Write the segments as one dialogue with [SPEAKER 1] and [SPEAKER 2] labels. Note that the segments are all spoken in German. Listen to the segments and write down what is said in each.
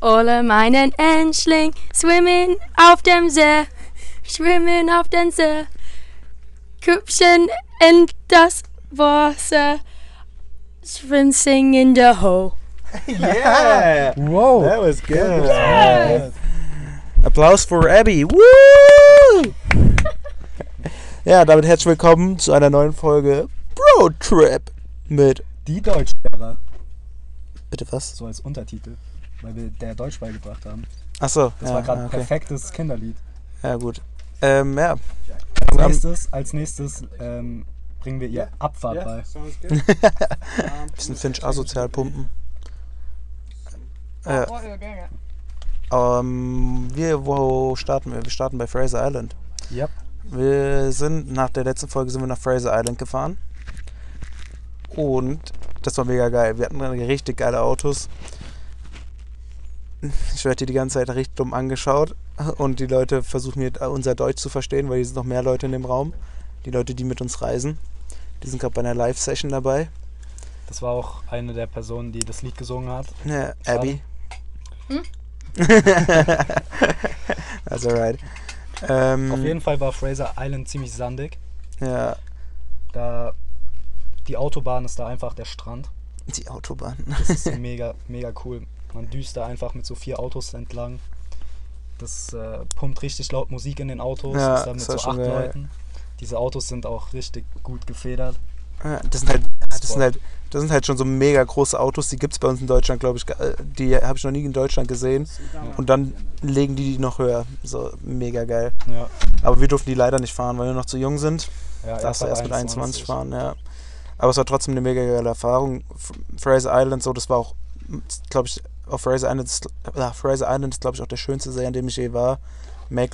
[SPEAKER 1] Ole meinen Enschling, swimmen auf dem See, schwimmen auf dem See, Küppchen in das Wasser, schwimmsing in der Ho.
[SPEAKER 2] Yeah.
[SPEAKER 3] Wow.
[SPEAKER 2] That was good.
[SPEAKER 3] Applaus für Abby. Woo! ja, damit herzlich willkommen zu einer neuen Folge Road Trip mit.
[SPEAKER 2] Die Deutschlehrer,
[SPEAKER 3] Bitte was?
[SPEAKER 2] so als Untertitel, weil wir der Deutsch beigebracht haben.
[SPEAKER 3] Achso,
[SPEAKER 2] Das
[SPEAKER 3] ja,
[SPEAKER 2] war gerade ein
[SPEAKER 3] okay.
[SPEAKER 2] perfektes Kinderlied.
[SPEAKER 3] Ja, gut. Ähm, ja.
[SPEAKER 2] Als
[SPEAKER 3] am-
[SPEAKER 2] nächstes, als nächstes ähm, bringen wir ihr Abfahrt bei.
[SPEAKER 4] sounds good. um,
[SPEAKER 3] Bisschen Finch asozial pumpen. Äh,
[SPEAKER 4] What are doing it?
[SPEAKER 3] ähm, wir, wo starten wir? Wir starten bei Fraser Island.
[SPEAKER 2] Yep.
[SPEAKER 3] Wir sind nach der letzten Folge sind wir nach Fraser Island gefahren. Und das war mega geil. Wir hatten richtig geile Autos. Ich werde die die ganze Zeit richtig dumm angeschaut. Und die Leute versuchen mir äh, unser Deutsch zu verstehen, weil hier sind noch mehr Leute in dem Raum. Die Leute, die mit uns reisen. Die sind gerade bei einer Live-Session dabei.
[SPEAKER 2] Das war auch eine der Personen, die das Lied gesungen hat.
[SPEAKER 3] Ja, Ne, Abby.
[SPEAKER 1] Hm?
[SPEAKER 3] That's alright. Ähm,
[SPEAKER 2] Auf jeden Fall war Fraser Island ziemlich sandig.
[SPEAKER 3] Ja,
[SPEAKER 2] Da die Autobahn ist da einfach der Strand.
[SPEAKER 3] die Autobahn.
[SPEAKER 2] Das ist mega, mega cool. Man düst da einfach mit so vier Autos entlang. Das äh, pumpt richtig laut Musik in den Autos.
[SPEAKER 3] Ja,
[SPEAKER 2] Ja, ist dann mit
[SPEAKER 3] das
[SPEAKER 2] so
[SPEAKER 3] war schon
[SPEAKER 2] acht
[SPEAKER 3] geil.
[SPEAKER 2] Leuten. Diese Autos sind auch richtig gut gefedert.
[SPEAKER 3] Ja, das sind halt, das sind halt, das sind halt schon so mega große Autos, die gibt es bei uns in Deutschland, glaube ich, ga- äh, die habe ich noch nie in Deutschland gesehen. Und dann legen die die noch höher. So mega geil.
[SPEAKER 2] Ja,
[SPEAKER 3] Aber wir durften die leider nicht fahren, weil wir noch zu jung sind.
[SPEAKER 2] ja
[SPEAKER 3] Darfst du
[SPEAKER 2] ab
[SPEAKER 3] erst mit 21 fahren, ja. Aber es war trotzdem eine mega geile Erfahrung. F- Fraser Island, so, das war auch, glaube ich, auf Fraser Island, ist, ja, Fraser Island ist, glaube ich, auch der schönste See, an dem ich je war. Mac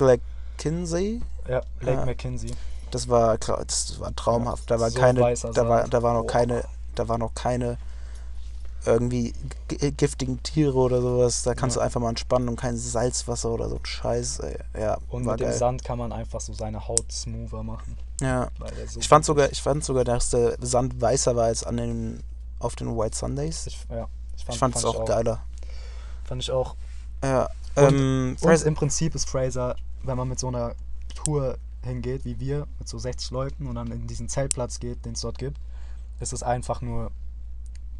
[SPEAKER 3] Kinsey,
[SPEAKER 2] Ja, Lake
[SPEAKER 3] Ja.
[SPEAKER 2] McKinsey.
[SPEAKER 3] Das war klar, das war traumhaft. Da war
[SPEAKER 2] so
[SPEAKER 3] keine,
[SPEAKER 2] weißer
[SPEAKER 3] da war,
[SPEAKER 2] Sand.
[SPEAKER 3] da war noch
[SPEAKER 2] Boah.
[SPEAKER 3] keine, da waren noch keine irgendwie g- äh, giftigen Tiere oder sowas. Da kannst
[SPEAKER 2] Ja.
[SPEAKER 3] du einfach mal entspannen und kein Salzwasser oder so ein Scheiß. Ey. Ja,
[SPEAKER 2] Und
[SPEAKER 3] war
[SPEAKER 2] mit dem
[SPEAKER 3] geil.
[SPEAKER 2] Sand kann man einfach so seine Haut smoother machen.
[SPEAKER 3] Ja.
[SPEAKER 2] Weil der so
[SPEAKER 3] Ich fand sogar, ich fand sogar, dass der Sand weißer war als an den auf den White Sundays.
[SPEAKER 2] Ich, ja, ich fand
[SPEAKER 3] Ich fand es auch geiler.
[SPEAKER 2] Fand ich auch.
[SPEAKER 3] Ja. Ähm,
[SPEAKER 2] Und
[SPEAKER 3] Fraser,
[SPEAKER 2] im Prinzip ist Fraser, wenn man mit so einer Tour hingeht, wie wir, mit so 60 Leuten und dann in diesen Zeltplatz geht, den es dort gibt, ist es einfach nur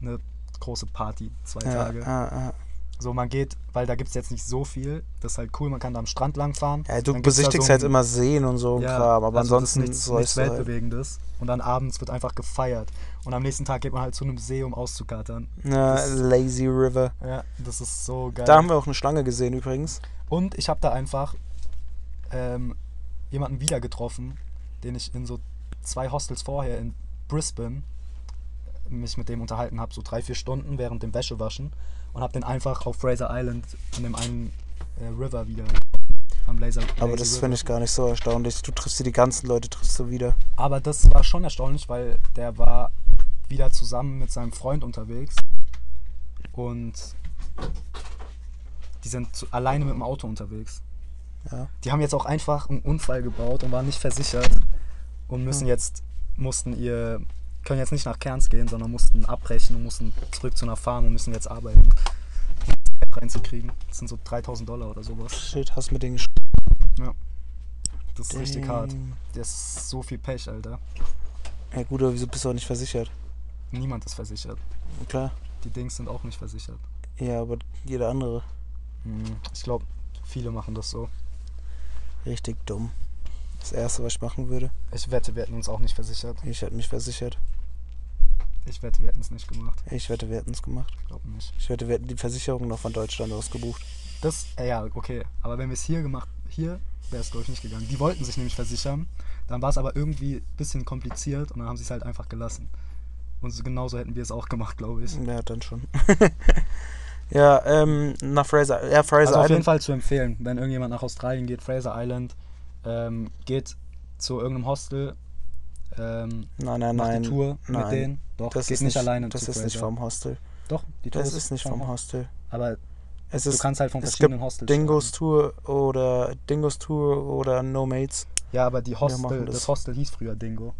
[SPEAKER 2] eine große Party, zwei
[SPEAKER 3] ja,
[SPEAKER 2] Tage.
[SPEAKER 3] ja, ja.
[SPEAKER 2] So, man geht, weil da gibt es jetzt nicht so viel, das ist halt cool, man kann da am Strand langfahren.
[SPEAKER 3] ja, du
[SPEAKER 2] Dann gibt's da
[SPEAKER 3] besichtigst
[SPEAKER 2] so
[SPEAKER 3] halt
[SPEAKER 2] ein-
[SPEAKER 3] immer Seen und so
[SPEAKER 2] Ja,
[SPEAKER 3] und Kram, aber
[SPEAKER 2] also
[SPEAKER 3] ansonsten
[SPEAKER 2] das ist nichts, nichts
[SPEAKER 3] sollst du halt,
[SPEAKER 2] Weltbewegendes. Und dann abends wird einfach gefeiert. Und am nächsten Tag geht man halt zu einem See, um auszukatern.
[SPEAKER 3] ja,
[SPEAKER 2] das-
[SPEAKER 3] Lazy River.
[SPEAKER 2] Ja, das ist so geil.
[SPEAKER 3] Da haben wir auch eine Schlange gesehen übrigens.
[SPEAKER 2] Und ich habe da einfach ähm, jemanden wieder getroffen, den ich in so zwei Hostels vorher in Brisbane äh, mich mit dem unterhalten habe, so drei, vier Stunden während dem Wäschewaschen und habe den einfach auf Fraser Island in dem einen äh, River wieder am Laser.
[SPEAKER 3] Aber
[SPEAKER 2] Lazy
[SPEAKER 3] das
[SPEAKER 2] River.
[SPEAKER 3] finde ich gar nicht so erstaunlich. Du triffst dir die ganzen Leute, triffst du wieder.
[SPEAKER 2] Aber das war schon erstaunlich, weil der war wieder zusammen mit seinem Freund unterwegs und die sind zu, alleine mit dem Auto unterwegs.
[SPEAKER 3] Ja.
[SPEAKER 2] Die haben jetzt auch einfach einen Unfall gebaut und waren nicht versichert und müssen jetzt mussten ihr können jetzt nicht nach Cairns gehen, sondern mussten abbrechen und mussten zurück zu einer Farm und müssen jetzt arbeiten, um das reinzukriegen. Das sind so 3000 Dollar oder sowas.
[SPEAKER 3] Shit, hast mit denen gesch-
[SPEAKER 2] Das ist richtig hart.
[SPEAKER 3] Dang.
[SPEAKER 2] Das ist so viel Pech, Alter.
[SPEAKER 3] Ja gut, aber wieso bist du auch nicht versichert?
[SPEAKER 2] Niemand ist versichert.
[SPEAKER 3] Klar.
[SPEAKER 2] Die Dings sind auch nicht versichert.
[SPEAKER 3] Ja, aber jeder andere.
[SPEAKER 2] Hm, Ich glaube, viele machen das so.
[SPEAKER 3] Richtig dumm. Das erste, was ich machen würde.
[SPEAKER 2] Ich wette, wir hätten uns auch nicht versichert.
[SPEAKER 3] Ich hätte mich versichert.
[SPEAKER 2] Ich wette, wir hätten es nicht gemacht.
[SPEAKER 3] Ich wette, wir hätten es gemacht.
[SPEAKER 2] Ich glaube nicht.
[SPEAKER 3] Ich wette, wir hätten die Versicherung noch von Deutschland aus gebucht.
[SPEAKER 2] Das, äh, ja, okay. Aber wenn wir es hier gemacht, hier wäre es, glaube ich, nicht gegangen. Die wollten sich nämlich versichern. Dann war es aber irgendwie ein bisschen kompliziert und dann haben sie es halt einfach gelassen. Und so- genauso hätten wir es auch gemacht, glaube ich.
[SPEAKER 3] Ja, dann schon. ja, ähm, nach Fraser. Ja, Fraser
[SPEAKER 2] Also auf jeden
[SPEAKER 3] Island.
[SPEAKER 2] Fall zu empfehlen, wenn irgendjemand nach Australien geht, Fraser Island, ähm, geht zu irgendeinem Hostel, ähm,
[SPEAKER 3] Nein, nein,
[SPEAKER 2] macht
[SPEAKER 3] nein.
[SPEAKER 2] die Tour
[SPEAKER 3] nein.
[SPEAKER 2] mit denen. Doch,
[SPEAKER 3] Das
[SPEAKER 2] geht
[SPEAKER 3] ist
[SPEAKER 2] nicht, alleine
[SPEAKER 3] Das
[SPEAKER 2] zu
[SPEAKER 3] ist nicht
[SPEAKER 2] Fraser.
[SPEAKER 3] vom Hostel.
[SPEAKER 2] Doch, die Tour
[SPEAKER 3] Das ist nicht vom Hostel.
[SPEAKER 2] Aber
[SPEAKER 3] Es
[SPEAKER 2] du
[SPEAKER 3] ist
[SPEAKER 2] kannst halt von
[SPEAKER 3] es gibt
[SPEAKER 2] verschiedenen Hostels.
[SPEAKER 3] Dingos Tour oder Dingos Tour oder No Mates.
[SPEAKER 2] Ja, aber die
[SPEAKER 3] machen
[SPEAKER 2] Hostel,
[SPEAKER 3] das.
[SPEAKER 2] das Hostel hieß früher Dingo.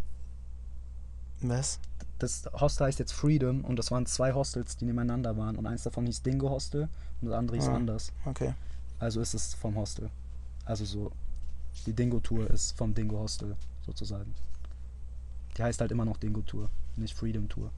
[SPEAKER 3] Was?
[SPEAKER 2] das Hostel heißt jetzt Freedom und das waren zwei Hostels, die nebeneinander waren. Und eins davon hieß Dingo Hostel und das andere hieß
[SPEAKER 3] Ah.
[SPEAKER 2] anders.
[SPEAKER 3] Okay.
[SPEAKER 2] Also ist es vom Hostel. Also so, die Dingo-Tour ist vom Dingo-Hostel sozusagen. Die heißt halt immer noch Dingo-Tour, nicht Freedom-Tour.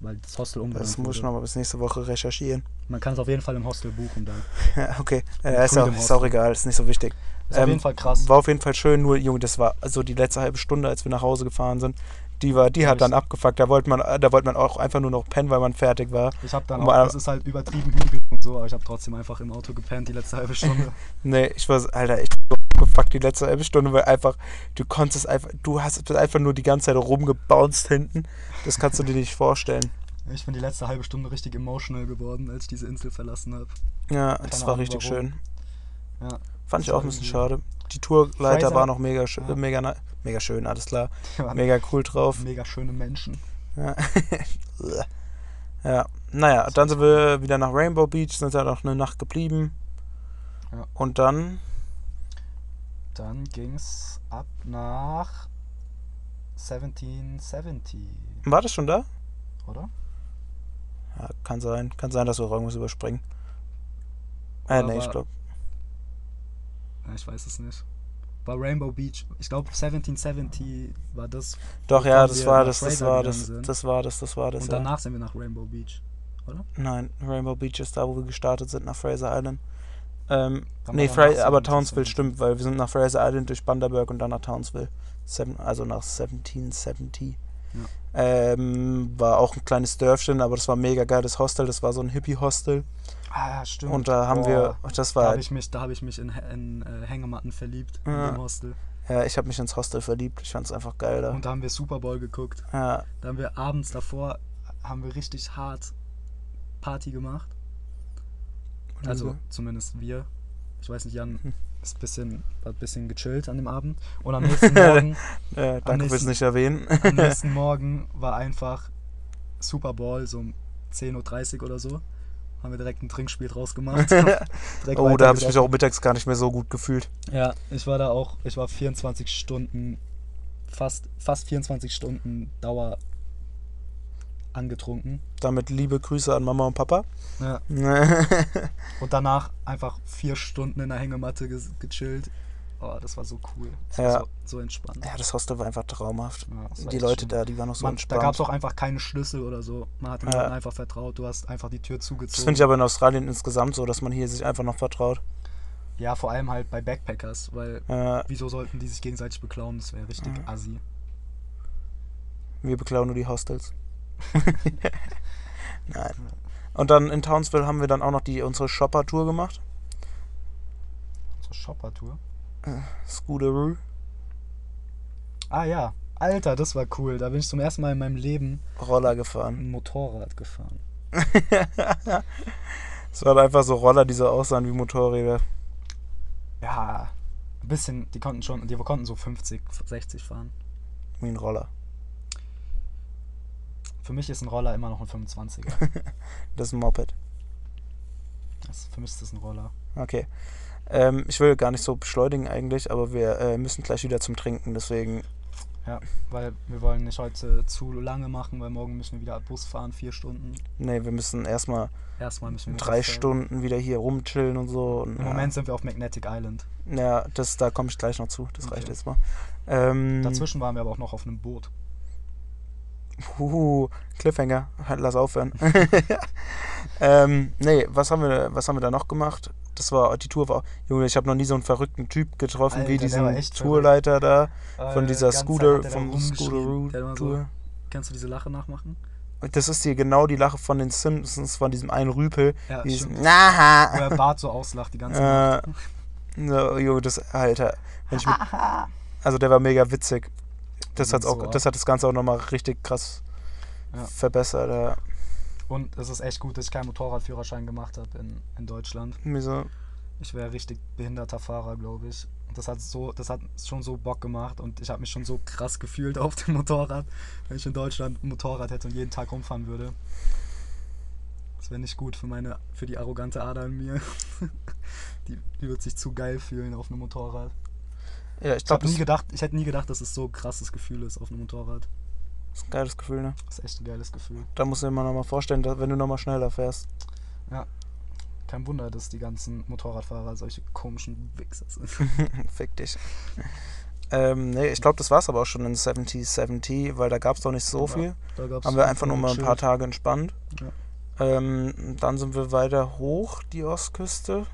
[SPEAKER 2] Weil das Hostel umbenannt
[SPEAKER 3] Das muss ich
[SPEAKER 2] wurde.
[SPEAKER 3] nochmal bis nächste Woche recherchieren.
[SPEAKER 2] Man kann es auf jeden Fall im Hostel buchen dann.
[SPEAKER 3] Ja, okay.
[SPEAKER 2] Mit
[SPEAKER 3] Äh, ist, auch,
[SPEAKER 2] Freedom
[SPEAKER 3] ist auch egal, ist nicht so wichtig.
[SPEAKER 2] Ist auf
[SPEAKER 3] Ähm,
[SPEAKER 2] jeden Fall krass.
[SPEAKER 3] War auf jeden Fall schön, nur Junge, das war also die letzte halbe Stunde, als wir nach Hause gefahren sind, die war, die
[SPEAKER 2] Ja,
[SPEAKER 3] hat dann
[SPEAKER 2] ich-
[SPEAKER 3] abgefuckt. Da wollte man, da wollte man auch einfach nur noch pennen, weil man fertig war.
[SPEAKER 2] Ich habe dann
[SPEAKER 3] Mal-
[SPEAKER 2] auch, das ist halt übertrieben hügelig und so, aber ich habe trotzdem einfach im Auto gepennt die letzte halbe Stunde.
[SPEAKER 3] Nee, ich war, so- Alter, ich bin so abgefuckt die letzte halbe Stunde, weil einfach, du konntest einfach, du hast bist einfach nur die ganze Zeit rumgebounced hinten. Das kannst du dir nicht vorstellen.
[SPEAKER 2] Ich bin die letzte halbe Stunde richtig emotional geworden, als ich diese Insel verlassen habe.
[SPEAKER 3] Ja, das
[SPEAKER 2] Keine
[SPEAKER 3] war
[SPEAKER 2] Ahnung,
[SPEAKER 3] richtig
[SPEAKER 2] warum.
[SPEAKER 3] schön.
[SPEAKER 2] Ja.
[SPEAKER 3] Fand ich
[SPEAKER 2] Das
[SPEAKER 3] auch
[SPEAKER 2] war
[SPEAKER 3] ein bisschen
[SPEAKER 2] irgendwie-
[SPEAKER 3] schade. Die Tourleiter
[SPEAKER 2] Fraser-
[SPEAKER 3] waren auch mega schön,
[SPEAKER 2] Ja.
[SPEAKER 3] mega, na- mega schön, alles klar.
[SPEAKER 2] Die waren
[SPEAKER 3] Mega cool drauf.
[SPEAKER 2] mega schöne Menschen.
[SPEAKER 3] Ja. ja. Naja, dann sind wir wieder nach Rainbow Beach, sind da noch eine Nacht geblieben.
[SPEAKER 2] Ja.
[SPEAKER 3] Und dann,
[SPEAKER 2] Dann ging's ab nach 1770,
[SPEAKER 3] war das schon da?
[SPEAKER 2] oder?
[SPEAKER 3] Ja, kann sein. Kann sein, dass wir irgendwas überspringen. Äh, nee, ich
[SPEAKER 2] Aber-
[SPEAKER 3] glaube.
[SPEAKER 2] Ja, ich weiß es nicht. War Rainbow Beach. Ich glaube 1770 war das.
[SPEAKER 3] Doch,
[SPEAKER 2] wo
[SPEAKER 3] ja,
[SPEAKER 2] wir
[SPEAKER 3] das war
[SPEAKER 2] nach
[SPEAKER 3] das, das
[SPEAKER 2] Fraser
[SPEAKER 3] war
[SPEAKER 2] gegangen
[SPEAKER 3] das,
[SPEAKER 2] sind.
[SPEAKER 3] das war das, das war das.
[SPEAKER 2] und
[SPEAKER 3] ja.
[SPEAKER 2] danach sind wir nach Rainbow Beach.
[SPEAKER 3] Nein, Rainbow Beach ist da, wo wir gestartet sind, nach Fraser Island. Ähm,
[SPEAKER 2] Dann
[SPEAKER 3] nee,
[SPEAKER 2] war danach
[SPEAKER 3] Fra aber
[SPEAKER 2] 1770.
[SPEAKER 3] Townsville stimmt, weil wir sind nach Fraser Island durch Bundaberg und dann nach Townsville. Seven, also nach 1770.
[SPEAKER 2] Ja.
[SPEAKER 3] Ähm, war auch ein kleines Dörfchen, aber das war ein mega geiles Hostel. Das war so ein Hippie-Hostel.
[SPEAKER 2] Ah, ja, stimmt.
[SPEAKER 3] Und da haben
[SPEAKER 2] Boah,
[SPEAKER 3] wir, das
[SPEAKER 2] Da
[SPEAKER 3] war, halt,
[SPEAKER 2] habe ich mich, da hab ich mich in, Hä- in äh, Hängematten verliebt
[SPEAKER 3] Ja.
[SPEAKER 2] in dem Hostel.
[SPEAKER 3] ja, ich habe mich ins Hostel verliebt. Ich fand es einfach geil da.
[SPEAKER 2] Und da haben wir Super Bowl geguckt.
[SPEAKER 3] Ja,
[SPEAKER 2] Da haben wir abends davor haben wir richtig hart Party gemacht. Also zumindest wir. Ich weiß nicht, Jan
[SPEAKER 3] Hm.
[SPEAKER 2] ist ein bisschen, hat ein bisschen gechillt an dem Abend. Und am nächsten Morgen,
[SPEAKER 3] äh, danke fürs
[SPEAKER 2] nächsten-
[SPEAKER 3] nicht erwähnen.
[SPEAKER 2] am nächsten Morgen war einfach Super Bowl, so um 10.30 Uhr oder so. Haben wir direkt ein Trinkspiel draus gemacht.
[SPEAKER 3] oh, da
[SPEAKER 2] Direkt
[SPEAKER 3] habe ich mich
[SPEAKER 2] weitergesoffen.
[SPEAKER 3] auch mittags gar nicht mehr so gut gefühlt.
[SPEAKER 2] Ja, ich war da auch, ich war 24 Stunden, fast, fast 24 Stunden Dauer angetrunken.
[SPEAKER 3] Damit liebe Grüße an Mama und Papa.
[SPEAKER 2] Ja. Und danach einfach vier Stunden in der Hängematte ges- gechillt. Oh, das war so cool. Das
[SPEAKER 3] Ja.
[SPEAKER 2] war so, so entspannt.
[SPEAKER 3] Ja, das Hostel war einfach traumhaft.
[SPEAKER 2] Ja, das war
[SPEAKER 3] die
[SPEAKER 2] echt
[SPEAKER 3] Leute
[SPEAKER 2] schön.
[SPEAKER 3] da, die waren noch so
[SPEAKER 2] Man, da
[SPEAKER 3] entspannt.
[SPEAKER 2] gab es auch einfach keine Schlüssel oder so. Man hat den
[SPEAKER 3] Ja.
[SPEAKER 2] Leuten einfach vertraut. Du hast einfach die Tür
[SPEAKER 3] das
[SPEAKER 2] zugezogen.
[SPEAKER 3] finde ich aber in Australien insgesamt so, dass man hier sich einfach noch vertraut.
[SPEAKER 2] ja, vor allem halt bei Backpackers, weil
[SPEAKER 3] Äh,
[SPEAKER 2] wieso sollten die sich gegenseitig beklauen? Das wäre richtig
[SPEAKER 3] Ja.
[SPEAKER 2] assi.
[SPEAKER 3] wir beklauen nur die Hostels. Nein. Und dann in Townsville haben wir dann auch noch die unsere Shopper-Tour gemacht.
[SPEAKER 2] So Shopper-Tour.
[SPEAKER 3] Scooteroo.
[SPEAKER 2] Ah ja, Alter, das war cool. Da bin ich zum ersten Mal in meinem Leben
[SPEAKER 3] Roller gefahren.
[SPEAKER 2] ein Motorrad gefahren.
[SPEAKER 3] Es waren einfach so Roller, die so aussahen wie Motorräder.
[SPEAKER 2] Ja, ein bisschen, die konnten schon, die konnten so 50, 60 fahren.
[SPEAKER 3] Wie ein Roller.
[SPEAKER 2] Für mich ist ein Roller immer noch ein 25er.
[SPEAKER 3] Das ist ein Moped.
[SPEAKER 2] Das, für mich ist das ein Roller.
[SPEAKER 3] Okay. Ähm, ich will gar nicht so beschleunigen eigentlich, aber wir äh, müssen gleich wieder zum Trinken. Deswegen,
[SPEAKER 2] Weil wir wollen nicht heute zu lange machen, weil morgen müssen wir wieder Bus fahren, vier Stunden.
[SPEAKER 3] nee, wir müssen erstmal
[SPEAKER 2] Erstmal müssen wir.
[SPEAKER 3] drei
[SPEAKER 2] umstellen.
[SPEAKER 3] Stunden wieder hier rumchillen und so. Und, äh, ja.
[SPEAKER 2] Im Moment sind wir auf Magnetic Island.
[SPEAKER 3] Ja, das, da komme ich gleich noch zu. Das reicht
[SPEAKER 2] Okay.
[SPEAKER 3] jetzt mal. Ähm,
[SPEAKER 2] Dazwischen waren wir aber auch noch auf einem Boot.
[SPEAKER 3] Huhu, Cliffhanger. Halt, Lass aufhören. ähm, nee, was haben, wir, was haben wir da noch gemacht? Das war, die Tour war auch, Junge, ich habe noch nie so einen verrückten Typ getroffen
[SPEAKER 2] Alter,
[SPEAKER 3] wie
[SPEAKER 2] der
[SPEAKER 3] diesen
[SPEAKER 2] war echt verrückt.
[SPEAKER 3] Tourleiter da, von dieser
[SPEAKER 2] Äh, die ganze Zeit
[SPEAKER 3] Scooter,
[SPEAKER 2] hat er da
[SPEAKER 3] vom
[SPEAKER 2] rumgeschrien. Der hat
[SPEAKER 3] Scooter
[SPEAKER 2] immer so,
[SPEAKER 3] Tour.
[SPEAKER 2] kannst du diese Lache nachmachen?
[SPEAKER 3] Das ist hier genau die Lache von den Simpsons, von diesem einen Rüpel.
[SPEAKER 2] Ja,
[SPEAKER 3] dieses,
[SPEAKER 2] stimmt. Wo
[SPEAKER 3] na,
[SPEAKER 2] er Bart so auslacht die ganze Zeit.
[SPEAKER 3] äh, so, jo, das, Alter. Wenn ich mit, also der war mega witzig. Das,
[SPEAKER 2] Die
[SPEAKER 3] hat's
[SPEAKER 2] sind so
[SPEAKER 3] auch, das hat das Ganze auch nochmal richtig krass
[SPEAKER 2] Ja.
[SPEAKER 3] verbessert. Ja.
[SPEAKER 2] Und es ist echt gut, dass ich keinen Motorradführerschein gemacht habe in, in Deutschland.
[SPEAKER 3] Irgendwie so,
[SPEAKER 2] Ich wäre richtig behinderter Fahrer, glaube ich. Und das hat so, das hat schon so Bock gemacht und ich habe mich schon so krass gefühlt auf dem Motorrad, wenn ich in Deutschland ein Motorrad hätte und jeden Tag rumfahren würde. Das wäre nicht gut für meine, für die arrogante Ader in mir. Die, die wird sich zu geil fühlen auf einem Motorrad.
[SPEAKER 3] ja, ich
[SPEAKER 2] Ich habe
[SPEAKER 3] glaube,
[SPEAKER 2] nie gedacht, ich hätte nie gedacht, dass es so ein krasses Gefühl ist auf einem Motorrad.
[SPEAKER 3] Ist ein geiles Gefühl, ne?
[SPEAKER 2] Das ist echt ein geiles Gefühl.
[SPEAKER 3] Da musst du dir mal nochmal vorstellen, dass, wenn du nochmal schneller fährst.
[SPEAKER 2] Kein Wunder, dass die ganzen Motorradfahrer solche komischen Wichser sind.
[SPEAKER 3] Fick dich. Ähm, nee, ich glaube, das war's aber auch schon in 70 70, weil da gab's doch nicht so
[SPEAKER 2] Ja,
[SPEAKER 3] viel.
[SPEAKER 2] Da gab's
[SPEAKER 3] Haben wir einfach nur mal ein paar
[SPEAKER 2] Schild.
[SPEAKER 3] Tage entspannt. Ähm, dann sind wir weiter hoch die Ostküste.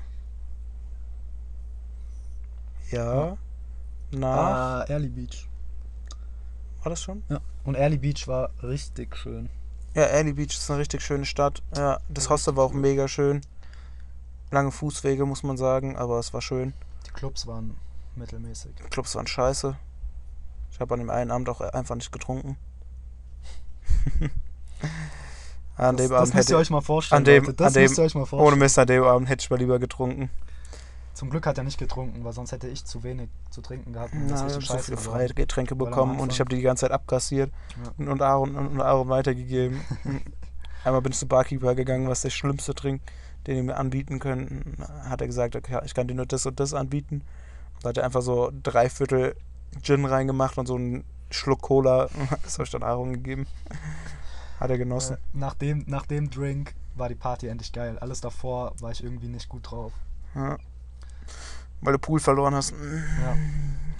[SPEAKER 3] Ja. Nach.
[SPEAKER 2] Ah, Early Beach.
[SPEAKER 3] War das schon?
[SPEAKER 2] Ja. Und Early Beach war richtig schön.
[SPEAKER 3] Ja, Early Beach ist eine richtig schöne Stadt. Ja, das Hostel war auch mega schön. Lange Fußwege, muss man sagen, aber es war schön.
[SPEAKER 2] Die Clubs waren mittelmäßig.
[SPEAKER 3] Clubs waren scheiße. Ich habe an dem einen Abend auch einfach nicht getrunken. an
[SPEAKER 2] das
[SPEAKER 3] dem
[SPEAKER 2] das
[SPEAKER 3] Abend
[SPEAKER 2] müsst ihr
[SPEAKER 3] hätte
[SPEAKER 2] euch mal vorstellen.
[SPEAKER 3] an dem-
[SPEAKER 2] Leute. Das
[SPEAKER 3] an dem-
[SPEAKER 2] müsst ihr euch mal
[SPEAKER 3] ohne
[SPEAKER 2] vorstellen.
[SPEAKER 3] Mist, an dem Abend hätte ich mal lieber getrunken.
[SPEAKER 2] Zum Glück hat er nicht getrunken, weil sonst hätte ich zu wenig zu trinken gehabt. und das
[SPEAKER 3] Na,
[SPEAKER 2] wäre
[SPEAKER 3] wir haben
[SPEAKER 2] schon
[SPEAKER 3] so
[SPEAKER 2] scheiße
[SPEAKER 3] viele
[SPEAKER 2] geworden. Äh,
[SPEAKER 3] freie Getränke
[SPEAKER 2] Weil am
[SPEAKER 3] bekommen und ich
[SPEAKER 2] Anfang-
[SPEAKER 3] habe die die ganze Zeit abkassiert
[SPEAKER 2] Ja.
[SPEAKER 3] und, und Aaron und, und Aaron weitergegeben. Einmal bin ich zum Barkeeper gegangen, was der schlimmste Drink, den die mir anbieten können. Hat er gesagt, okay, ich kann dir nur das und das anbieten. Und da hat er einfach so drei Viertel Gin reingemacht und so einen Schluck Cola. Das habe ich dann Aaron gegeben. Hat er genossen.
[SPEAKER 2] Äh, nach, dem, nach dem Drink war die Party endlich geil. Alles davor war ich irgendwie nicht gut drauf.
[SPEAKER 3] Ja. Weil du Pool verloren hast.
[SPEAKER 2] Ja.